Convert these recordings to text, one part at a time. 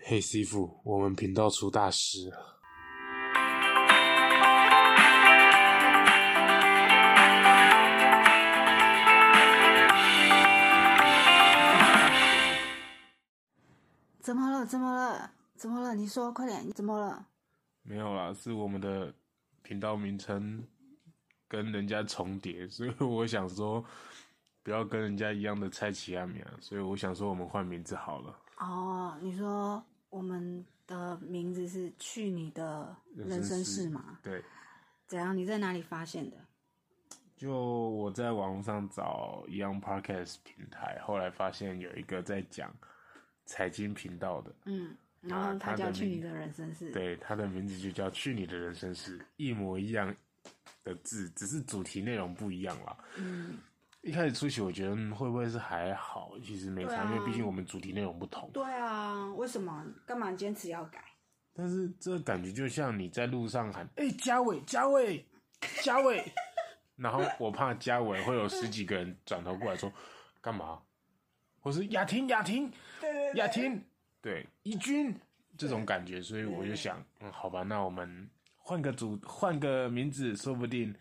嘿，师傅，我们频道出大事了！怎么了？怎么了？怎么了？你说快点，你怎么了？没有啦，是我们的频道名称跟人家重叠，所以我想说不要跟人家一样的蔡奇亚米啊，所以我想说我们换名字好了。哦，你说我们的名字是“去你的人生是吗？对，怎样？你在哪里发现的？就我在网络上找一样 podcast 平台，后来发现有一个在讲财经频道的，嗯，然后啊他他的叫“去名你的人生是”。对，它的名字就叫“去你的人生是”，一模一样的字，只是主题内容不一样啦。嗯，一开始出席，我觉得嗯会不会是还好，其实没对差，啊因为毕竟我们主题内容不同。对啊，为什么？干嘛坚持要改？但是这感觉就像你在路上喊：“哎、嘉伟，嘉伟，嘉伟。”然后我怕嘉伟会有十几个人转头过来说：“干嘛？”或是雅婷，雅婷，对对雅婷，对，怡君这种感觉，所以我就想，嗯，好吧，那我们换个组，换个名字，说不定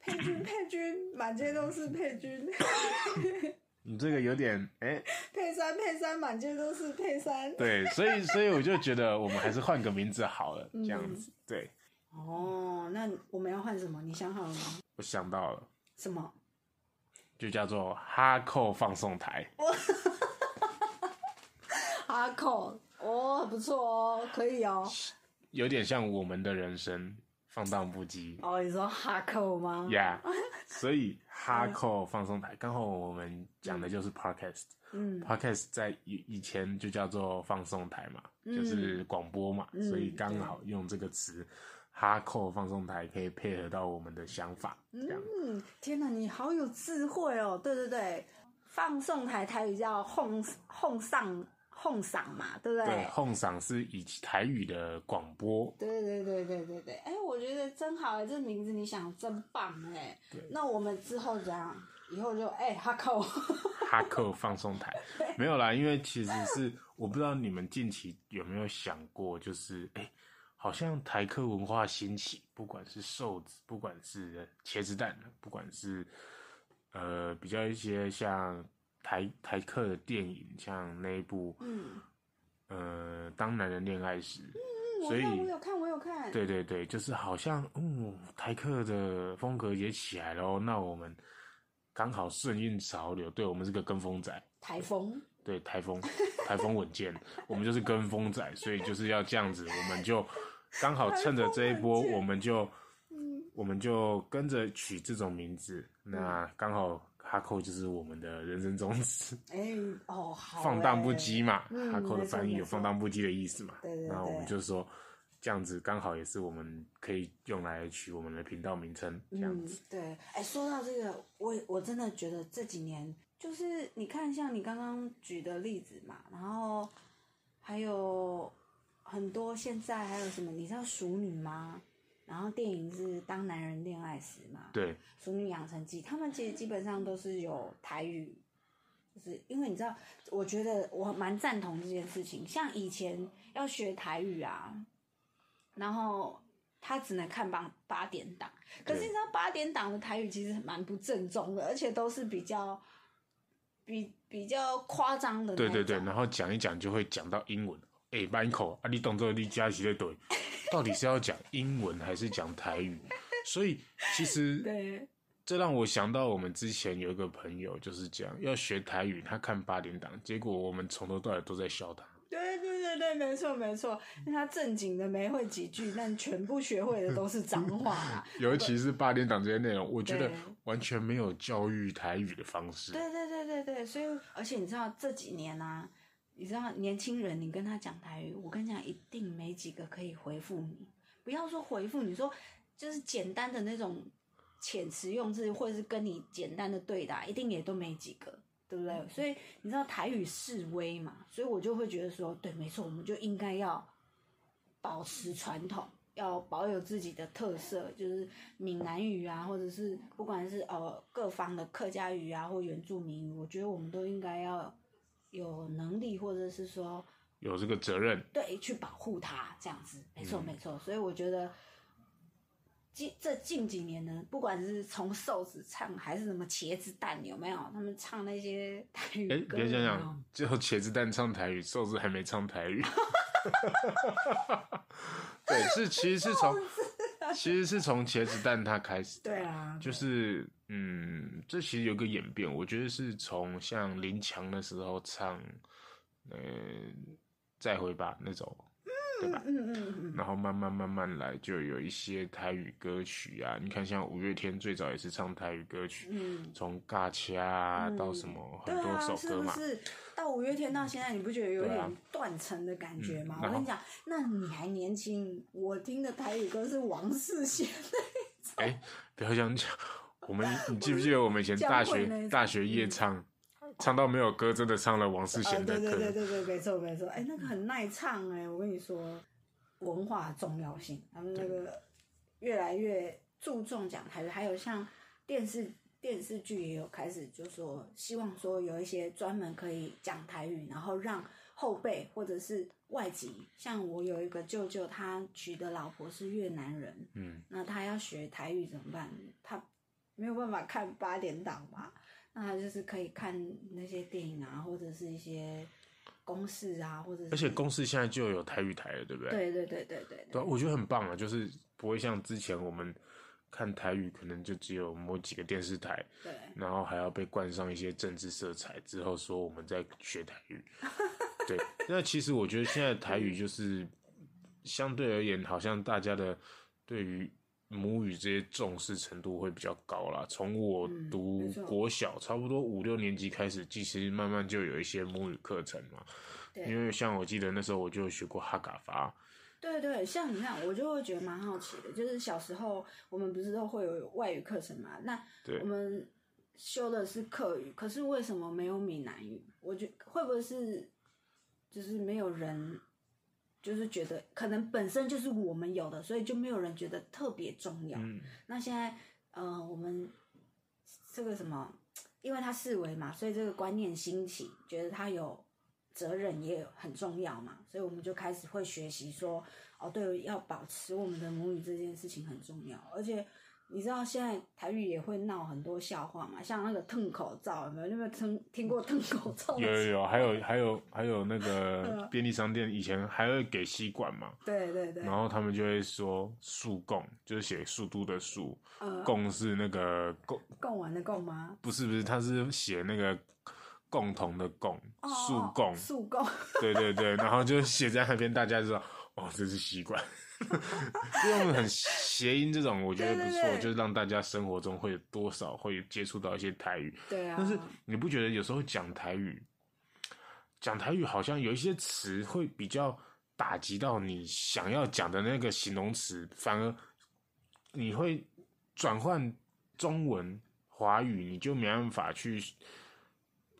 佩君，佩君，满街都是佩君，你这个有点哎、佩珊，佩珊，满街都是佩珊。对，所以所以我就觉得我们还是换个名字好了，这样嗯子。对，哦，那我们要换什么？你想好了吗？我想到了，什么？就叫做哈扣放送台。哈扣哦，不错哦，可以哦。有点像我们的人生放荡不羁哦，你说哈扣吗？呀。Yeah，所 以哈扣放松台，刚好我们讲的就是 podcast。嗯 podcast 在以以前就叫做放送台嘛，嗯就是广播嘛，嗯所以刚好用这个词。哈扣放送台可以配合到我们的想法，这样嗯，天哪，你好有智慧哦！对对对，放送台台语叫哄哄上哄上嘛，对不对对？哄赏是以台语的广播，对对对对对对，哎，我觉得真好哎，这名字你想得真棒哎对。那我们之后怎样？以后就哎哈扣，哈克放送 台没有啦，因为其实是我不知道你们近期有没有想过，就是哎、诶好像台客文化兴起，不管是瘦子，不管是呃茄子蛋，不管是呃比较一些像台台客的电影，像那一部嗯，呃《当男人恋爱时》嗯我所以看我有看我有看，对对对，就是好像嗯，台客的风格也起来喽，那我们刚好顺应潮流，对我们是个跟风仔。台风对台风，台风稳健，我们就是跟风仔，所以就是要这样子，我们就刚好趁着这一波，台风稳健嗯我们就，我们就跟着取这种名字，嗯那刚好哈扣就是我们的人生宗旨，哎哦好哎，放荡不羁嘛，嗯哈扣的翻译没错有放荡不羁的意思嘛，对对对那我们就说这样子刚好也是我们可以用来取我们的频道名称，这样嗯子，，对，哎，说到这个，我我真的觉得这几年，就是你看，像你刚刚举的例子嘛，然后还有很多现在还有什么，你知道《熟女》吗？然后电影是《当男人恋爱时》嘛，《对，熟女养成记》，他们其实基本上都是有台语，就是因为你知道，我觉得我蛮赞同这件事情，像以前要学台语啊，然后他只能看八八点档，可是对你知道八点档的台语其实蛮不正宗的，而且都是比较比比较夸张的那对种。对对，然后讲一讲就会讲到英文。哎、欸，班口啊，你动作你加起来对，到底是要讲英文还是讲台 语？所以其实对这让我想到我们之前有一个朋友就是讲要学台语，他看八点档，结果我们从头到尾都在笑 他。对对对对，没错没错，因为他正经的没会几句，但全部学会的都是脏话啊。尤其是八点档这些内容，我觉得对完全没有教育台语的方式。对对对对对，所以而且你知道这几年啊，你知道年轻人，你跟他讲台语，我跟你讲，一定没几个可以回复你。不要说回复，你说就是简单的那种遣词用字，或者是跟你简单的对答，一定也都没几个，对不对？所以你知道台语示威嘛，所以我就会觉得说，对，没错，我们就应该要保持传统。要保有自己的特色，就是闽南语啊，或者是不管是呃各方的客家语啊，或原住民语，我觉得我们都应该要有能力，或者是说有这个责任。对，去保护它这样子，没错、嗯没错。所以我觉得近这近几年呢，不管是从瘦子唱还是什么茄子蛋，有没有？他们唱那些台哎、语歌，别想有没有想，最后茄子蛋唱台语，瘦子还没唱台语。对，是其实是 从啊其实是从茄子蛋它开始的，对啊，就是嗯，这其实有个演变，我觉得是从像林强的时候唱，呃，再会吧那种，对吧？嗯嗯嗯嗯，然后慢慢慢慢来，就有一些台语歌曲啊。你看，像五月天最早也是唱台语歌曲，嗯从尬掐啊到什么很对多啊，首歌嘛。嗯是不是？到五月天到现在，你不觉得有对啊点断层的感觉吗？嗯然后我跟你讲，那你还年轻，我听的台语歌是王世贤哎、不要这样讲，我们你记不记得我们以前大 江蕙那一学种大学夜唱，唱到没有歌，真的唱了王世贤哦对的对歌。对对对，没错没错，哎、那个很耐唱哎、我跟你说，文化的重要性，他们那个越来越注重讲台语，还有像电视电视剧也有开始就说，希望说有一些专门可以讲台语，然后让后辈或者是外籍，像我有一个舅舅，他娶的老婆是越南人，嗯，那他要学台语怎么办？他没有办法看八点档嘛，那他就是可以看那些电影啊，或者是一些公式啊，或者是而且公司现在就有台语台了，对不对？对对对对对对对啊，我觉得很棒啊，就是不会像之前我们看台语，可能就只有某几个电视台，对，然后还要被冠上一些政治色彩，之后说我们在学台 语。对，那其实我觉得现在台语就是相对而言，好像大家的对于母语这些重视程度会比较高啦。从我嗯读没错国小，差不多五六年级开始，其实慢慢就有一些母语课程嘛。对因为像我记得那时候我就有学过哈嘎发，对对，像你看，我就会觉得蛮好奇的，就是小时候我们不是都会有外语课程嘛？那对我们修的是客语，可是为什么没有闽南语？我觉会不会是就是没有人，就是觉得可能本身就是我们有的，所以就没有人觉得特别重要。嗯。那现在，呃，我们这个什么，因为他视为嘛，所以这个观念兴起，觉得他有责任也有很重要嘛，所以我们就开始会学习说，哦，对，要保持我们的母语这件事情很重要，而且。你知道现在台语也会闹很多笑话嘛？像那个吞口罩，有没有？你有没有听听过吞口罩的？有有有，还有还有还有那 嗯个便利商店以前还会给吸管嘛，对对对然，后他们就会说“速供”，就是写“速度”的“速呃”，，供是那个“供共玩的共吗？”，不是不是，他是写那个“共同”的“共”，哦速哦供，速共， 对对对，然后就写在那边，大家就知道哦，这是吸 管，因为我们很谐音这种，我觉得对不对错，对就是让大家生活中会多少会接触到一些台语，对啊。但是你不觉得有时候讲台语，讲台语好像有一些词会比较打击到你想要讲的那个形容词，反而你会转换中文、华语，你就没办法去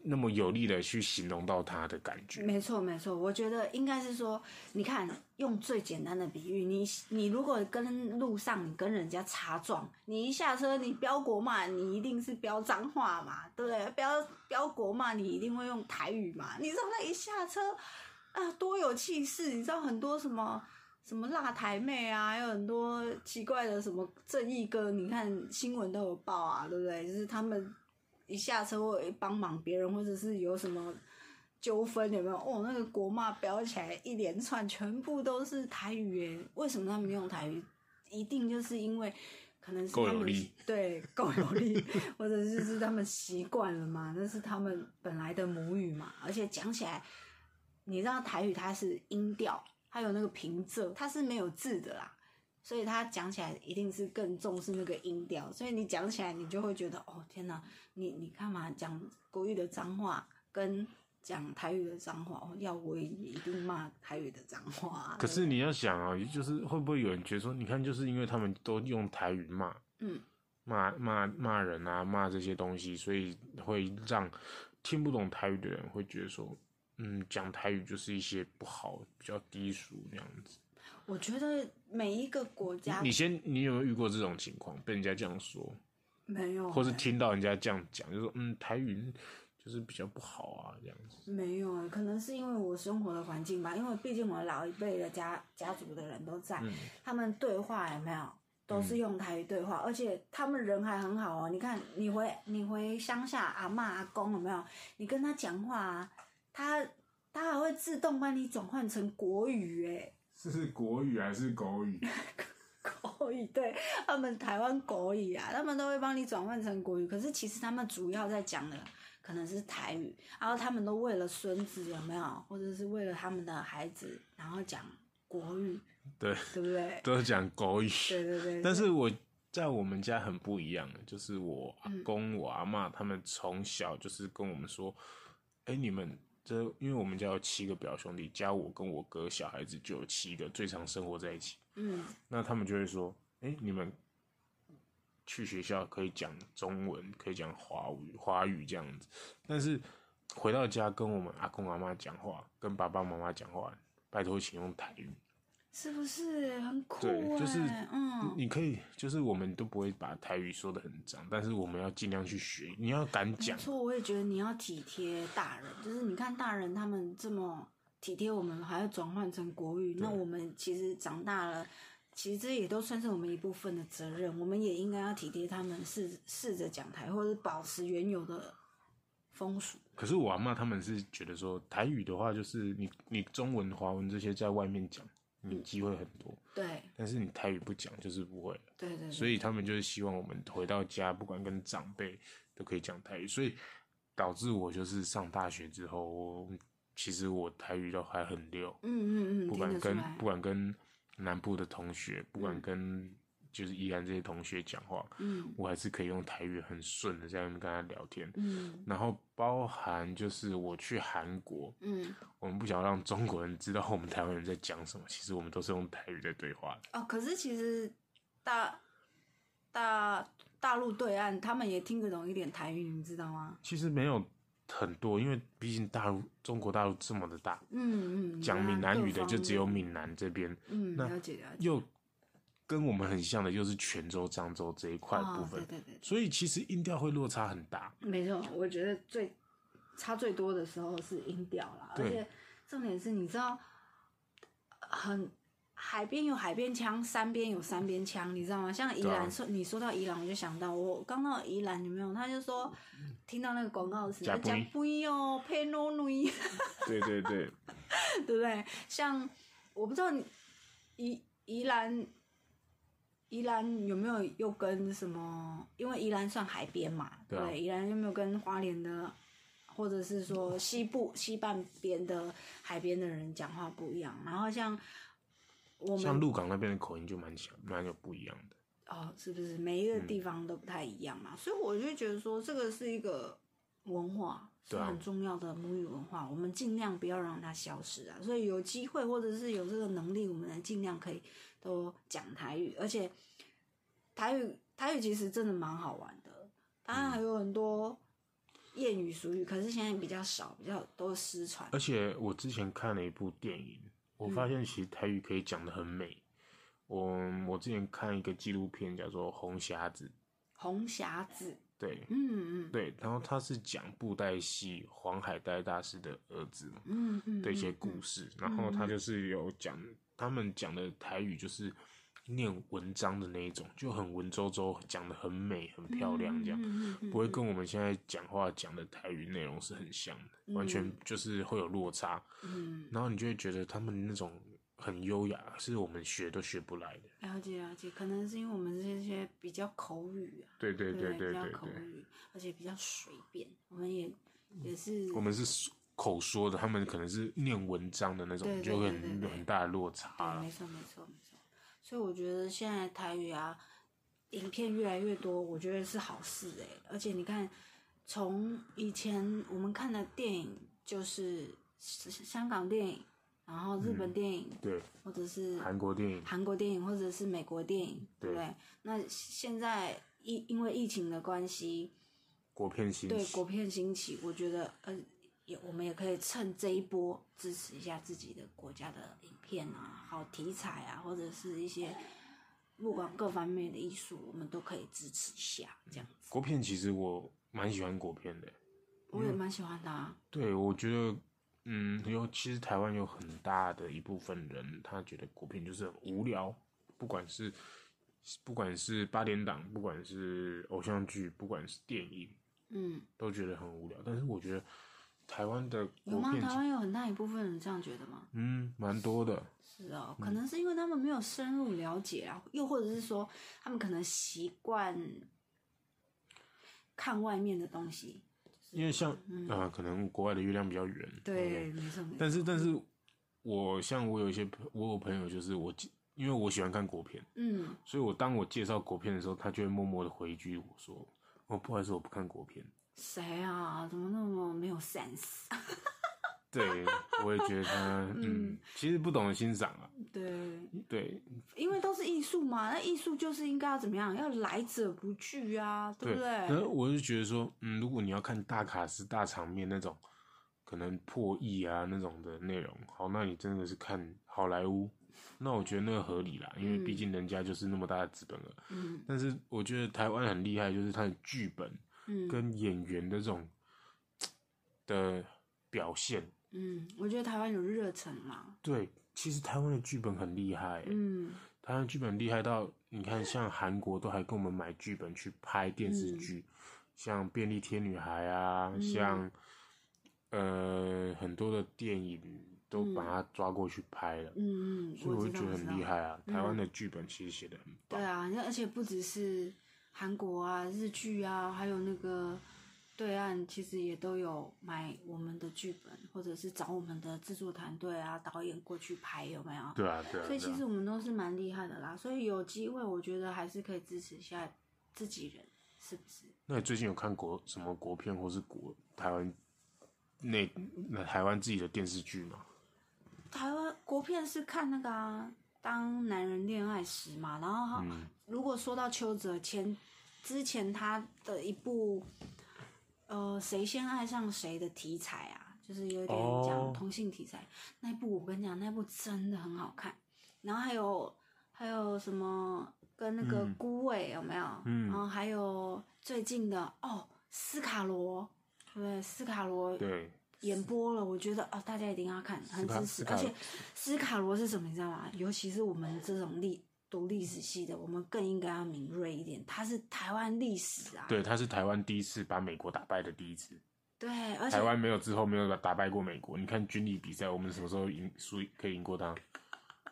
那么有力的去形容到它的感觉。没错，没错，我觉得应该是说，你看，用最简单的比喻，你你如果跟路上你跟人家擦撞，你一下车你飙国骂，你一定是飙脏话嘛，对不对？飙飙国骂，你一定会用台语嘛。你知道那一下车啊，多有气势！你知道很多什么什么辣台妹啊，还有很多奇怪的什么正义哥，你看新闻都有报啊，对不对？就是他们一下车或帮忙别人，或者是有什么纠纷，有没有？哦，那个国骂飙起来一连串，全部都是台语耶。为什么他们用台语？一定就是因为可能是够他有们力对够有力， 或者是是他们习惯了嘛，那是他们本来的母语嘛，而且讲起来。你知道台语它是音调，它有那个平仄，它是没有字的啦，所以它讲起来一定是更重视那个音调，所以你讲起来你就会觉得哦天哪，你你干嘛讲国语的脏话跟讲台语的脏话？哦要我也一定骂台语的脏话啊、可是你要想啊，就是会不会有人觉得说，你看，就是因为他们都用台语骂，嗯，骂骂骂人啊，骂这些东西，所以会让听不懂台语的人会觉得说，嗯，讲台语就是一些不好，比较低俗那样子。我觉得每一个国家你先，你有没有遇过这种情况，被人家这样说，没有、欸或是听到人家这样讲，就说，嗯，台语就是比较不好啊，这样子。没有，欸可能是因为我生活的环境吧，因为毕竟我老一辈的家家族的人都在，嗯他们对话有没有都是用台语对话，而且他们人还很好哦。你看，你回你回乡下阿嬷阿公有没有？你跟他讲话、啊，他他还会自动帮你转换成国语诶，是国语还是狗语？ 国语对他们台湾国语啊，他们都会帮你转换成国语。可是其实他们主要在讲的可能是台语，然后他们都为了孙子有没有，或者是为了他们的孩子，然后讲国语，对，对不对？都是讲狗语。对对对。但是我在我们家很不一样，就是我阿嗯公、我阿嬷他们从小就是跟我们说，哎、你们这因为我们家有七个表兄弟，加我跟我哥小孩子就有七个，最常生活在一起。嗯那他们就会说，哎、你们去学校可以讲中文，可以讲华语，华语这样子，但是回到家跟我们阿公阿妈讲话，跟爸爸妈妈讲话，拜托请用台语。是不是很酷、欸？对，就是嗯，你可以，就是我们都不会把台语说的很脏，但是我们要尽量去学，你要敢没讲，错，我也觉得你要体贴大人，就是你看大人他们这么体贴我们，还要转换成国语，那我们其实长大了。其实这也都算是我们一部分的责任，我们也应该要体贴他们，试试着讲台，或者是保持原有的风俗。可是我阿妈他们是觉得说，台语的话就是你你中文、华文这些在外面讲，你机会很多，对但是你台语不讲就是不会。对对对，所以他们就是希望我们回到家，不管跟长辈都可以讲台语，所以导致我就是上大学之后，我其实我台语都还很溜，嗯嗯嗯，不听管得出跟来不，管跟南部的同学，不管嗯跟就是宜兰这些同学讲话，嗯我还是可以用台语很顺的在那边跟他聊天。嗯然后包含就是我去韩国，嗯，我们不想让中国人知道我们台湾人在讲什么，其实我们都是用台语在对话的。哦，可是其实大大大陆对岸他们也听得懂一点台语，你知道吗？其实没有很多，因为毕竟大陆中国大陆这么的大，嗯嗯，讲闽南语的就只有闽，闽南这边，嗯，那了解了解。又跟我们很像的又是泉州、漳州这一块哦部分，对对对，所以其实音调会落差很大。没错，我觉得最差最多的时候是音调啦，而对且重点是你知道，很海边有海边腔，山边有山边腔，你知道吗？像宜对啊兰说、你说到宜兰，我就想到我刚到宜兰有没有？他就说嗯听到那个广告词，假讲肥不哦，配糯女。对对对，对不对？像我不知道你宜宜兰宜兰有没有又跟什么？因为宜兰算海边嘛，对啊对，宜兰有没有跟花莲的，或者是说西部西半边的海边的人讲话不一样？然后像 我像们鹿港那边的口音就蛮小，蛮有不一样的。哦，是不是每一个嗯地方都不太一样嘛？所以我就觉得说，这个是一个文化，是对啊很重要的母语文化，我们尽量不要让它消失啊。所以有机会或者是有这个能力，我们尽量可以都讲台语，而且台语台语其实真的蛮好玩的，当嗯然还有很多谚语俗语，可是现在比较少，比较都失传。而且我之前看了一部电影，我嗯发现其实台语可以讲的很美。我我之前看一个纪录片叫做《红匣子》，红匣子，对嗯嗯对，然后他是讲布袋戏黄海呆大师的儿子嘛，嗯嗯，的一些嗯故，事，然后他就是有讲他们讲的台语，就是念文章的那一种，就很文绉绉，讲的很美、很嗯漂亮，这样、嗯嗯嗯不会嗯跟我们现在讲话讲的台语内容是很像的，完全嗯就是会有落差。嗯然后你就会觉得他们那种很优雅，是我们学都学不来的。了解了解，可能是因为我们这些比较口语啊，对对不对对比较对口对，语，而且比较随便，我们也也是我们是口说的，他们可能是念文章的那种，对对就会对对很有对很大的落差对，啦没错没错没错。所以我觉得现在台语啊，影片越来越多，我觉得是好事哎、而且你看，从以前我们看的电影就是是香港电影，然后日本电影，对，或者是嗯韩国电影，韩国电影或者是美国电影，对不对对？那现在疫因为疫情的关系，国片兴对起国片兴起，我觉得呃，也我们也可以趁这一波支持一下自己的国家的影片啊，好题材啊，或者是一些不管各方面的艺嗯术，我们都可以支持一下，这样子。国片其实我蛮喜欢国片的，我也蛮喜欢的、啊。对，我觉得，嗯，有其实台湾有很大的一部分人，他觉得国片就是很无聊，不管是不管是八点档，不管是偶像剧，不管是电影，嗯，都觉得很无聊。但是我觉得台湾的有国吗？片其台实，湾有很大一部分人这样觉得吗？嗯，蛮多的。是哦，嗯可能是因为他们没有深入了解啊，又或者是说他们可能习惯看外面的东西。因为像啊、呃可能国外的月亮比较圆，嗯嗯对，没错，没错。但是，但是我像我有一些朋我有朋友，就是我介，因为我喜欢看国片，嗯，所以我当我介绍国片的时候，他就会默默的回一句我说：“哦，不好意思，我不看国片。谁啊？怎么那么没有 sense？对，我也觉得 他，嗯，其实不懂得欣赏啊。对，对，因为都是艺术嘛，那艺术就是应该要怎么样？要来者不拒啊，对不然后我就觉得说，嗯，如果你要看大卡司、大场面那种，可能破亿啊那种的内容，好，那你真的是看好莱坞，那我觉得那个合理啦，因为毕竟人家就是那么大的资本额。嗯但是我觉得台湾很厉害，就是它的剧本嗯跟演员的这种的表现。嗯，我觉得台湾有热忱啦。对，其实台湾的剧本很厉害欸、嗯，台湾剧本厉害到，你看像韩国都还跟我们买剧本去拍电嗯视剧，像《便利贴女孩》啊，像呃很多的电影都把它抓过去拍了，嗯嗯嗯，所以我我就知觉得道我知道很厉害啊。台嗯湾的剧本其实写的很棒，对啊，那而且不只是韩国啊、日剧啊，还有那个对岸，其实也都有买我们的剧本，或者是找我们的制作团队啊、导演过去拍，有没有？对啊，对啊，所对以其啊实我们都是蛮厉害的啦。所以有机会，我觉得还是可以支持一下自己人，是不是？那你最近有看国什么国片或是国台湾那那台湾自己的电视剧吗？台湾国片是看那个啊，当男人恋爱时嘛，然后他、嗯如果说到邱泽前之前他的一部，呃，谁先爱上谁的题材啊，就是有点哦讲同性题材、那一部，我跟你讲，那一部真的很好看。然后还有还有什么跟那个孤味有没有？嗯然后还有最近的哦，斯卡罗，对不对？斯卡罗对，演播了，我觉得哦，大家一定要看，很卡支斯持。卡而且斯卡罗是什么，你知道吗？尤其是我们这种历读历史系的，我们更应该要敏锐一点。它是台湾历史啊，对，它是台湾第一次把美国打败的第一次。对而且台湾没有之后没有打败过美国。你看军力比赛，我们什么时候赢输可以赢过他？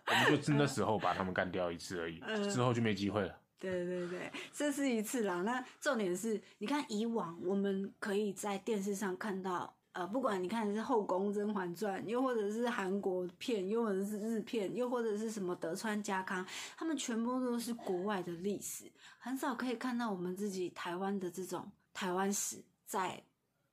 我们就是那时候嗯把他们干掉一次而已，呃之后就没机会了。对对对，这是一次啦。那重点是，你看以往我们可以在电视上看到，呃，不管你看是后宫《甄嬛传》，又或者是韩国片，又或者是日片，又或者是什么德川家康，他们全部都是国外的历史，很少可以看到我们自己台湾的这种台湾史在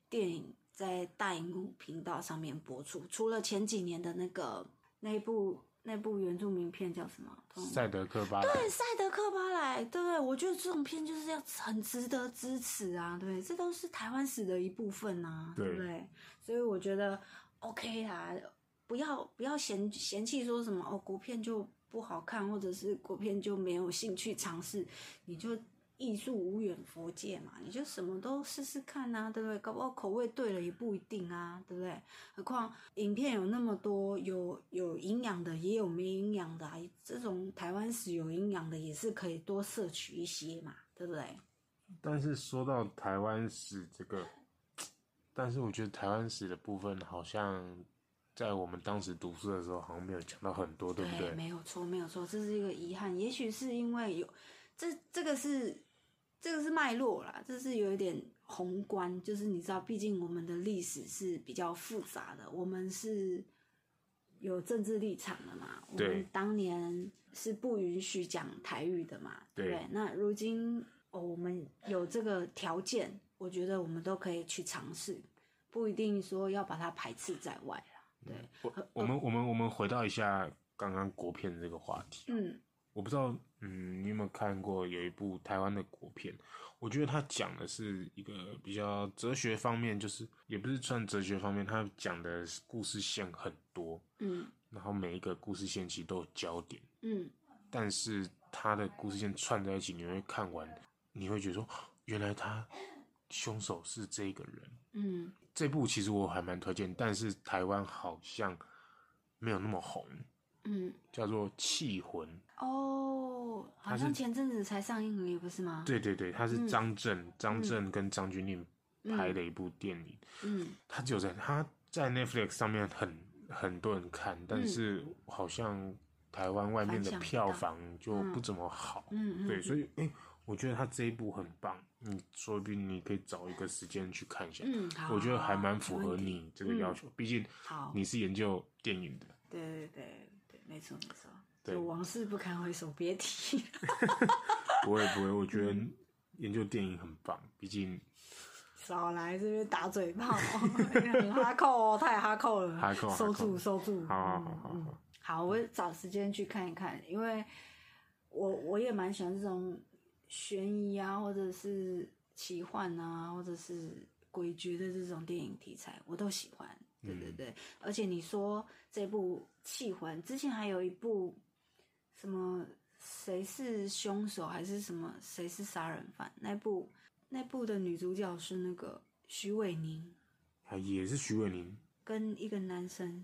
电影在大荧幕频道上面播出。除了前几年的那个那一部那部原住民片叫什么？通赛德克巴莱，塞德克巴莱，对不对？我觉得这种片就是要很值得支持啊，对不对？这都是台湾史的一部分啊，对对不对？所以我觉得 OK 啦，不要不要嫌嫌弃说什么哦，国片就不好看，或者是国片就没有兴趣尝试，你就艺术无远佛界嘛，你就什么都试试看啊，对不对？搞不好口味对了也不一定啊，对不对？何况影片有那么多，有有营养的，也有没营养的、啊，这种台湾史有营养的也是可以多摄取一些嘛，对不对？但是说到台湾史这个，但是我觉得台湾史的部分好像在我们当时读书的时候好像没有讲到很多，对不对？没有错，没有错，这是一个遗憾。也许是因为有这这个是这个是脉络啦，这是有一点宏观，就是你知道，毕竟我们的历史是比较复杂的，我们是有政治立场的嘛，我对们当年是不允许讲台语的嘛，对不对对？那如今哦，我们有这个条件，我觉得我们都可以去尝试，不一定说要把它排斥在外啦。对，我我们我们我们回到一下刚刚国片这个话题。嗯我不知道，嗯，你有没有看过有一部台湾的国片？我觉得它讲的是一个比较哲学方面，就是也不是算哲学方面，它讲的是故事线很多，嗯然后每一个故事线其实都有焦点，嗯，但是它的故事线串在一起，你会看完，你会觉得说，原来它凶手是这个人。嗯，这部其实我还蛮推荐，但是台湾好像没有那么红，嗯，叫做《气魂》。哦，好它是像前阵子才上映而已，不是吗？对对对，他是嗯张震、张震跟张钧甯拍的一部电影，嗯，他只有在他在 Netflix 上面很很多人看，但是好像台湾外面的嗯反响不票大房就不怎么好。嗯嗯对，所以哎、诶我觉得他这一部很棒，你说不定你可以找一个时间去看一下。嗯，好，我觉得还蛮符没合问题。嗯你这个要求，毕竟好，你是研究电影的。对对对对，没错没错。对就往事不堪回首，别提。不会不会，我觉得嗯研究电影很棒，毕竟少来这边打嘴炮， 很哈扣哦，太哈扣了，哈扣哈扣收住收住。好好嗯好好嗯好，好，我找时间去看一看，因为我我也蛮喜欢这种悬疑啊，或者是奇幻啊，或者是诡谲的这种电影题材，我都喜欢。对对对，而且你说这部《气魂》之前还有一部什么谁是凶手还是什么谁是杀人犯那部那部的女主角是那个徐伟宁啊也是徐伟宁跟一个男生，《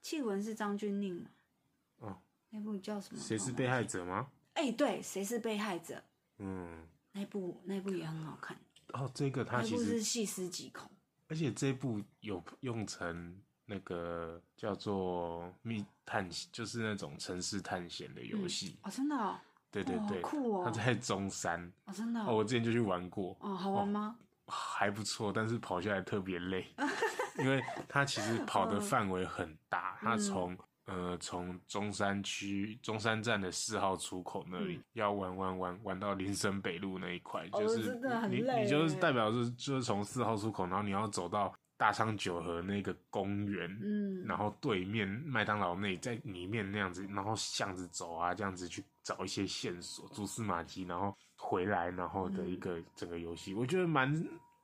气魂》是张钧甯嘛？哦，那部叫什么？谁是被害者吗？哎、对，谁是被害者？嗯，那部那部也很好看，哦，这个他那其部是实，细思极恐。而且这部有用成那个叫做密探险，就是那种城市探险的游戏。哦，真的哦，对对哦对，酷哦它在中山哦真的哦，哦，我之前就去玩过，哦好玩吗？还不错，但是跑下来特别 累，因为它其实跑嗯的范围很大，它从呃从中山区中山站的四号出口那里、要玩玩玩玩到林森北路那一块，嗯哦就是真的很你累你就是耶代表是就是从四号出口，然后你要走到大昌九和那个公园，嗯然后对面麦当劳那里在里面那样子，然后巷子走啊，这样子去找一些线索、蛛丝马迹，然后回来，然后的一个整个游戏，我觉得蛮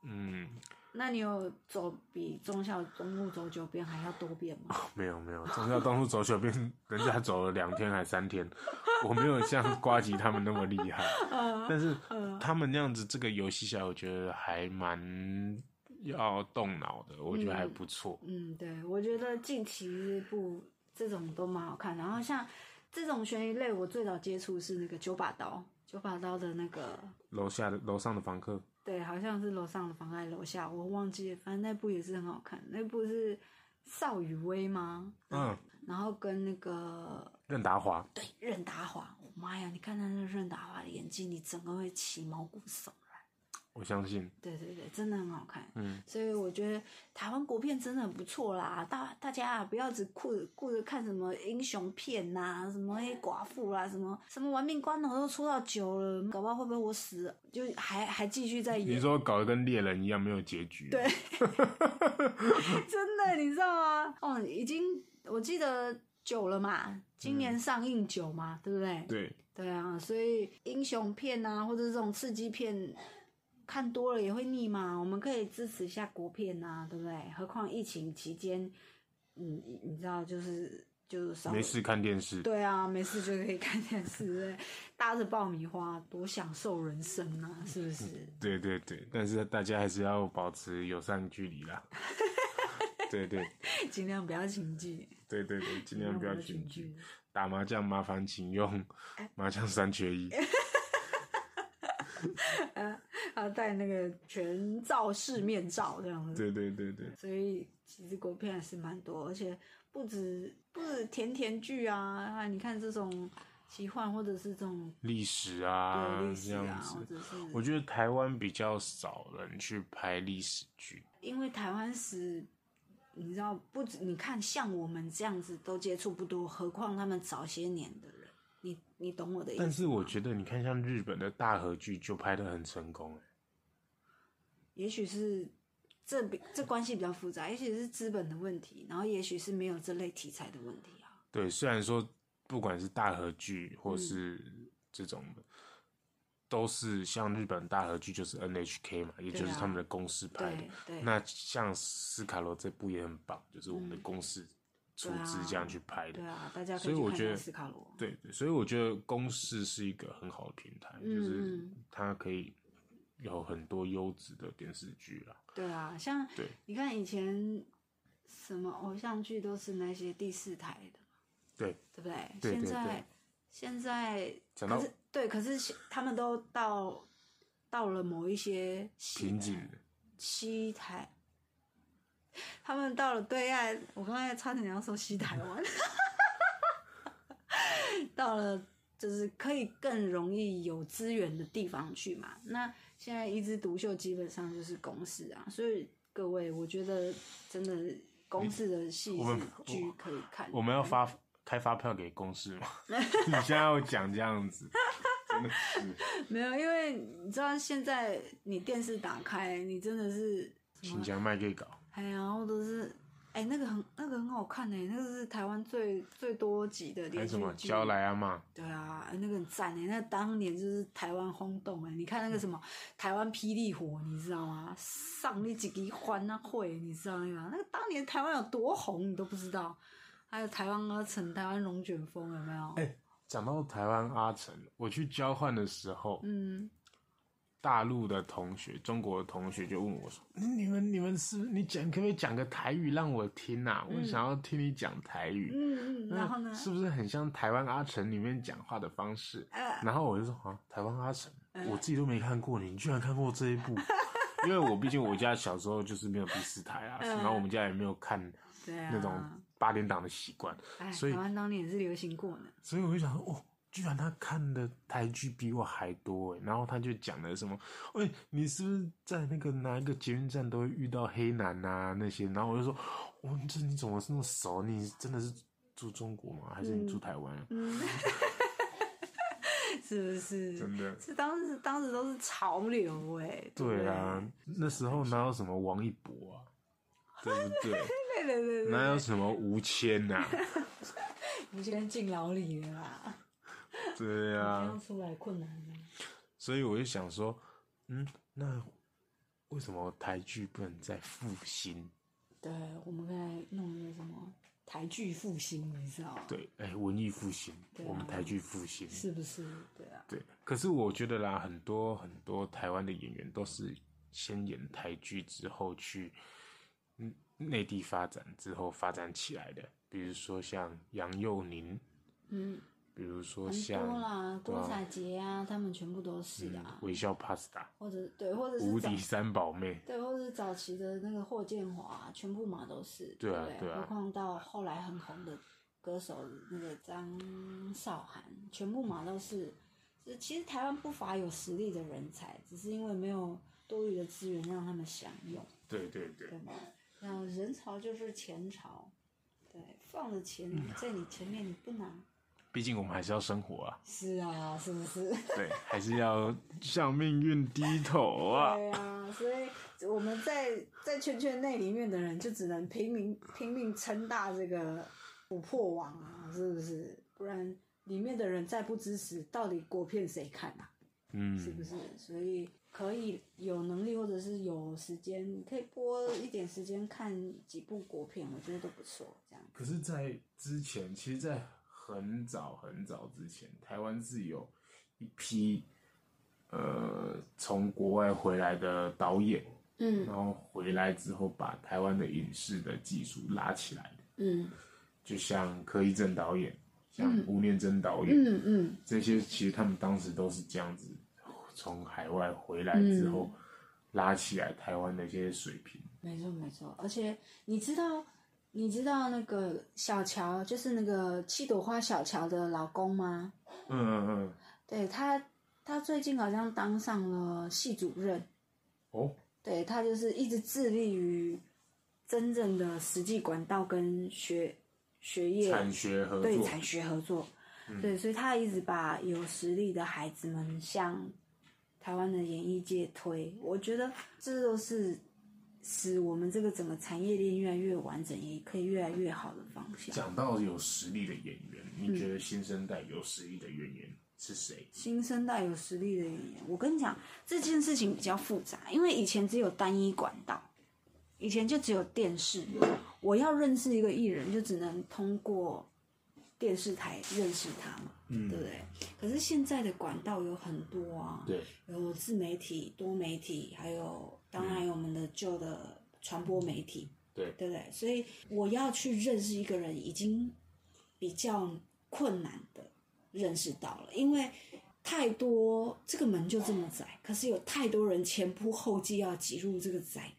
嗯，那你有走比忠孝东路走九遍还要多遍吗？没有没有，中孝东路走九遍，人家走了两天还三天，我没有像瓜吉他们那么厉害，但是他们那样子这个游戏下来，我觉得还蛮要动脑的，我觉得还不错。嗯，对，我觉得近期日部这种都蛮好看。然后像这种悬疑类，我最早接触是那个九把刀，九把刀的那个，楼下的楼上的房客，对，好像是楼上的房还是楼下，我忘记了。反正那部也是很好看，那部是邵雨薇吗？嗯，然后跟那个任达华，对任达华，我妈呀，你看他那个任达华的演技，你整个会起毛骨悚然。我相信，对对对，真的很好看。嗯。所以我觉得台湾国片真的很不错啦，大大家啊，不要只顾着顾着看什么英雄片呐、什么黑寡妇啊啦、什么什么玩命关头都出到九了，搞不好会不会我死了就还还继续在你演，说搞得跟猎人一样没有结局？啊对， 真的你知道吗？哦，已经我记得九了嘛，今年上映九嗯嘛，对不对？ 对，对啊，所以英雄片啊，或者这种刺激片，看多了也会腻嘛。我们可以支持一下国片啊，对不对？何况疫情期间，嗯，你你知道，就是就是稍微没事看电视。对啊，没事就可以看电视，对不对搭着爆米花，多享受人生啊，是不是？对对对，但是大家还是要保持友善距离 啦。对对尽量不要群聚，对对对，尽量不要群群聚。。打麻将麻烦请用哎麻将三缺一。还要戴那个全罩式面罩这样子。对对对对，所以其实国片还是蛮多，而且不止不止甜甜剧啊啊！你看这种奇幻或者是这种历史对啊，历这史啊，样或子。者是我觉得台湾比较少人去拍历史剧，因为台湾史，你知道不止你看像我们这样子都接触不多，何况他们早些年的人，你你懂我的意思吗？但是我觉得你看像日本的大和剧就拍的很成功、欸，也许是这比这关系比较复杂，也许是资本的问题，然后也许是没有这类题材的问题啊。对，虽然说不管是大和剧嗯或是这种的，都是像日本大和剧就是 NHK 嘛，也对就是啊他们的公司拍的对。对，嗯那像斯卡罗这部也很棒，就是我们的公司出资这样去拍的啊对。啊，大家可所以以去我看觉看得斯卡罗。对，所以我觉得公式是一个很好的平台，就是嗯它可以有很多优质的电视剧啦。对啊，像对你看以前什么偶像剧都是那些第四台的，对，对不对？对现对在对现在讲可到是对，可是现他们都到到了某一些西瓶颈，啊西台，他们到了对岸，我刚才差点要说西台湾， 到了就是可以更容易有资源的地方去嘛。那现在一枝独秀基本上就是公式啊，所以各位，我觉得真的公式的戏我是们剧可以看的，我们要发开发票给公司吗？ 你现在要讲这样 子，真的是没有，因为你知道现在你电视打开，你真的是什请么？将卖给搞。哎呀，或者是哎、那个很那个很好看呢、那个是台湾最最多集的还有连续什么剧。娇莱阿嘛？对啊，哎那个很赞哎、那当年就是台湾轰动哎、你看那个什嗯么台湾霹雳火，你知道吗？上你几级欢那会，你知道吗？那个当年台湾有多红，你都不知道。还有台湾阿城、台湾龙卷风有没有？哎讲到台湾阿成，我去交换的时候，嗯，大陆的同学、中国的同学就问我说：“嗯你们、你们是你讲，可不可以讲个台语让我听啊？我想要听你讲台语。嗯嗯嗯，那然后呢？是不是很像台湾阿成里面讲话的方式？呃，然后我就说啊，台湾阿成，我自己都没看过，你居然看过这一部？ 因为我毕竟我家小时候就是没有第四台啊，嗯然后我们家也没有看对啊，那种八点档的习惯，哎，所以台湾当年也是流行过呢。所以我就想说，哦，居然他看的台剧比我还多哎，然后他就讲了什么，喂、你是不是在那个哪一个捷运站都会遇到黑男啊那些？然后我就说，哦，这你怎么是那么熟？你真的是住中国吗？还是你住台湾啊？嗯， 是不是？真的是当时当时都是潮流哎、对不对啊，那时候哪有什么王一博啊，对不对？对对对对哪有对，什么吴谦啊呐？我们现在进牢里了啦，对我啊们，这样出来困难了。所以我就想说，嗯，那为什么台剧不能再复兴？对，我们刚才弄那个什么台剧复兴，你知道吗？，对，哎、文艺复兴，对啊我们台剧复兴，是不是？对啊，对。可是我觉得啦，很多很多台湾的演员都是先演台剧之后去，嗯，内地发展之后发展起来的。比如说像杨佑宁，嗯，比如说很多像啦，郭采洁啊，他们全部都是啊，微笑 Pasta、或者对，或者是嗯无找敌三宝妹，对，或者是早期的那个霍建华啊、全部嘛都是，对啊不对？对啊何况到后来很红的歌手那个张韶涵，全部嘛都是。是其实台湾不乏有实力的人才，只是因为没有多余的资源让他们享用，对对对对吗？然后人潮就是钱潮，对，放了钱在你前面你不拿，毕竟我们还是要生活啊，是啊，是不是？对，还是要向命运低头啊。对啊，所以我们在在圈圈内里面的人，就只能拼命拼命撑大这个琥珀网啊，是不是？不然里面的人再不支持，到底国片谁看啊？是不嗯，是？所以可以有能力或者是有时间，你可以拨一点时间看几部国片，我觉得都不错。这样，可是，在之前，其实，在很早很早之前，台湾是有一批呃从国外回来的导演，嗯然后回来之后把台湾的影视的技术拉起来的，嗯就像柯一正导演，像吴念真导演，嗯嗯，这些其实他们当时都是这样子，从海外回来之后、拉起来台湾的一些水平。没错没错，而且你知道，你知道那个小乔，就是那个七朵花小乔的老公吗？嗯嗯嗯，对他，他最近好像当上了系主任，哦，对他就是一直致力于真正的实际管道跟学学业产学合对作，嗯产学合作，对，所以他一直把有实力的孩子们向台湾的演艺界推。我觉得这都是使我们这个整个产业链越来越完整，也可以越来越好的方向。讲到有实力的演员，你觉得新生代有实力的演员是谁？新生代有实力的演员，我跟你讲，这件事情比较复杂，因为以前只有单一管道，以前就只有电视。我要认识一个艺人，就只能通过电视台认识他嘛，嗯对不对？可是现在的管道有很多啊，对，有自媒体、多媒体，还有当然有我们的旧的传播媒体，对对不对？所以我要去认识一个人，已经比较困难的认识到了，因为太多这个门就这么窄，可是有太多人前仆后继要挤入这个窄门。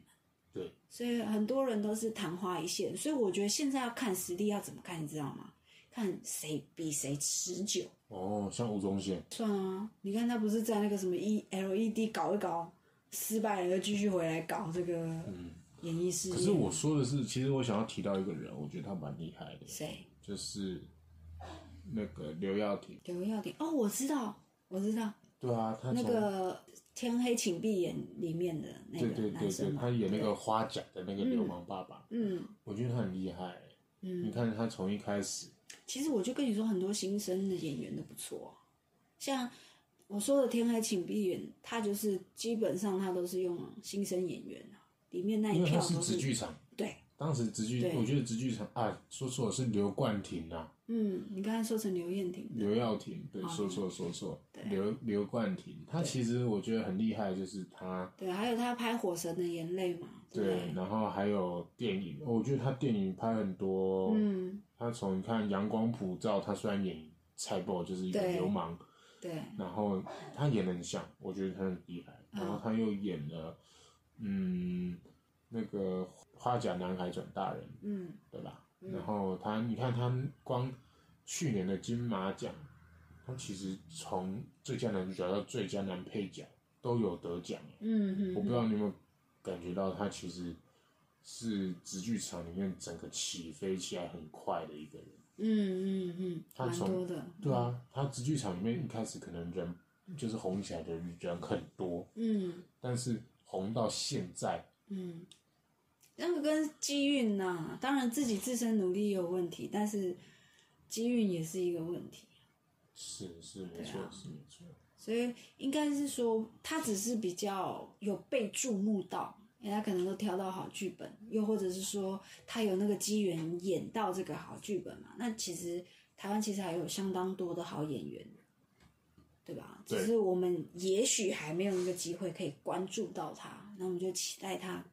对，所以很多人都是昙花一现，所以我觉得现在要看实力要怎么看，你知道吗？看谁比谁持久。哦，像吴宗宪，算啊，你看他不是在那个什么 E LED 搞一搞，失败了又继续回来搞这个演艺事业。嗯可是我说的是，其实我想要提到一个人，我觉得他蛮厉害的，谁就是那个刘耀廷。刘耀廷？哦，我知道，我知道对啊，他那从个《天黑请闭眼》里面的那对个对男对对生，嘛他演那个花甲的那个流氓爸爸，嗯我觉得他很厉害。你嗯，看他从一开始，其实我就跟你说，很多新生的演员都不错啊、像我说的《天黑请闭眼》，他就是基本上他都是用新生演员啊，里面那一因为票他都直剧场，对，当时直剧，对我觉得直剧场啊，说错了是刘冠廷啊，嗯，你刚才说成刘彦廷的，刘耀廷，对，哦说错说错，对刘刘冠廷，他其实我觉得很厉害，就是他对，还有他拍《火神的眼泪》嘛，对不对，然后还有电影，哦我觉得他电影拍很多，哦嗯，他从你看《阳光普照》，他虽然演蔡伯就是一个对流氓，对，然后他演的很像，我觉得他很厉害。嗯然后他又演了，嗯，那个花甲男孩转大人，嗯，对吧？然后他，你看他光去年的金马奖，他其实从最佳男主角到最佳男配角都有得奖。欸嗯我嗯，不知道你有没有感觉到，他其实是直剧场里面整个起飞起来很快的一个人。嗯嗯嗯，他蛮从多的，对啊，他直剧场里面一开始可能人就是红起来的人很多，嗯但是红到现在，嗯，那个跟机运呐、当然自己自身努力也有问题，但是机运也是一个问题，是是没错、是没错，所以应该是说他只是比较有被注目到。人家可能都挑到好剧本，又或者是说他有那个机缘演到这个好剧本嘛？那其实台湾其实还有相当多的好演员，对吧？对只是我们也许还没有一个机会可以关注到他，那我们就期待他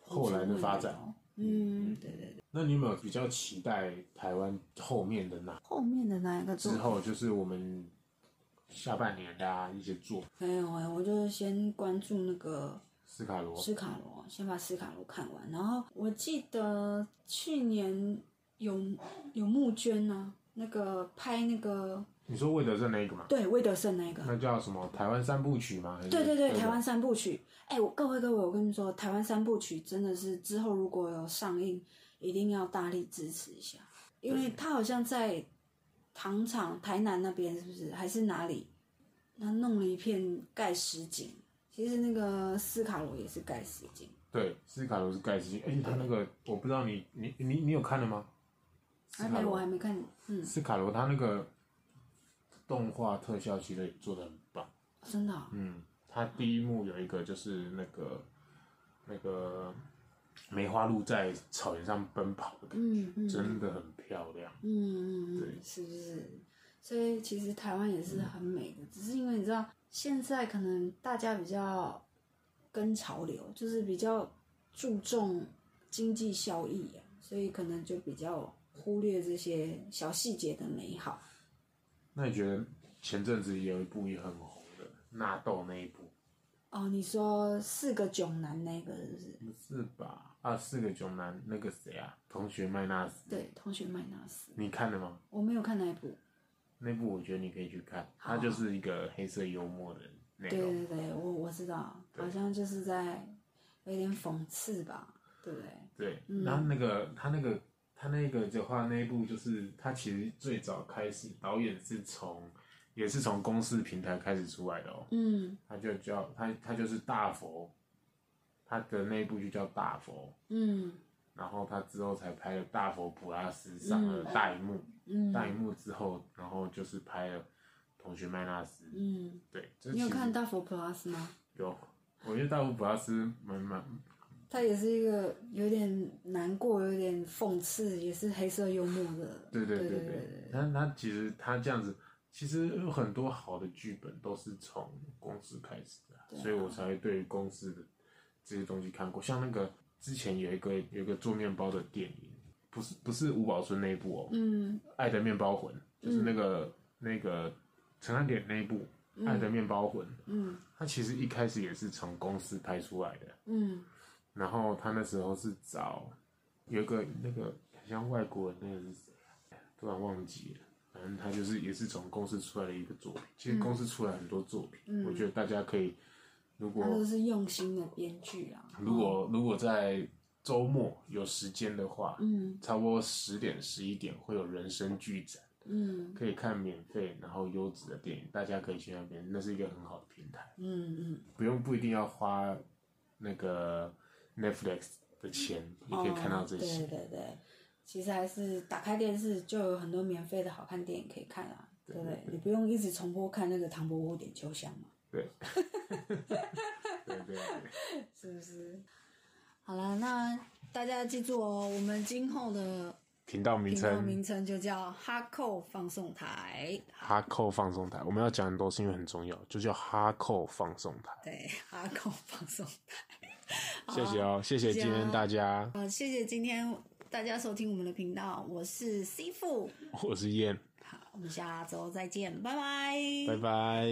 后来的发展。嗯，对对对。那你有没有比较期待台湾后面的哪后面的那一个作之品后就是我们下半年的、啊、一些作品没有哎、我就先关注那个斯卡罗斯卡罗，先把斯卡罗看完。然后我记得去年有有募捐呢、那个拍那个你说魏德胜那个吗？对魏德胜那个，那叫什么？台湾三部曲吗？还是对对对，那个台湾三部曲。哎、我各位各位，我跟你们说，台湾三部曲真的是之后如果有上映，一定要大力支持一下，因为他好像在糖厂台南那边是不是还是哪里，他弄了一片盖实景。其实那个斯卡罗也是盖实景，对斯卡罗是盖世纪，而且他那个我不知道你你你你有看了吗？斯还卡没罗我还没看，嗯，斯卡罗他那个动画特效其实也做的很棒。真的哦、嗯，他第一幕有一个就是那个那个梅花鹿在草原上奔跑的感觉，嗯嗯真的很漂亮。嗯嗯嗯对，是不是？所以其实台湾也是很美的，只是因为你知道，现在可能大家比较跟潮流，就是比较注重经济效益、啊，所以可能就比较忽略这些小细节的美好。那你觉得前阵子也有一部也很红的纳豆那一部？哦，你说四个囧男那个是不是？不是吧？啊，四个囧男那个谁啊？同学麦纳斯，对，同学麦纳斯，你看了吗？我没有看那一部。那部我觉得你可以去看，好啊他就是一个黑色幽默的内对容。对对，我我知道，好像就是在有点讽刺吧，对不对？对，然后那个他那个他那个的话，那一部就是他其实最早开始，导演是从也是从公司平台开始出来的哦，嗯他就叫他他就是大佛，他的那一部就叫大佛，嗯。然后他之后才拍了《大佛普拉斯》上了大荧幕，嗯大荧幕之后，然后就是拍了《同学麦纳斯》，嗯，对，这你有其实看《大佛 Plus》吗？有，我觉得《大佛普拉斯》蛮蛮他也是一个有点难过、有点讽刺，也是黑色幽默的。对对对对对，但是他其实他这样子，其实有很多好的剧本都是从公司开始的啊，对啊所以我才会对公司的这些东西看过。像那个之前有一个有一个做面包的电影，不是不是吴宝春那一部哦，嗯爱的面包魂》，就是那个、那个陈汉典那一部《爱的面包魂》嗯它其实一开始也是从公司拍出来的，嗯然后他那时候是找有一个那个很像外国人，那个是谁啊突然忘记了。反正他就是也是从公司出来的一个作品，其实公司出来很多作品，我觉得大家可以，如他都果是用心的编剧啊。如果如果在周末有时间的话，嗯差不多十点十一点会有人生剧展，嗯可以看免费然后优质的电影，大家可以去那边，那是一个很好的平台。嗯嗯，不用不一定要花那个 Netflix 的钱，也可以看到这些。哦对对对，其实还是打开电视就有很多免费的好看电影可以看啊，对不对？你不用一直重播看那个《唐伯虎点秋香》嘛，对， 对对对，是不是？好了，那大家记住哦，我们今后的频道名频道称名称就叫哈扣放送台。哈扣放松台，我们要讲很多是因为很重要，就叫哈扣放松台。对，哈扣放送台。谢谢哦，谢谢今天大家，呃，谢谢今天大家收听我们的频道，我是 C 富。我是燕，好，我们下周再见，拜拜。拜拜。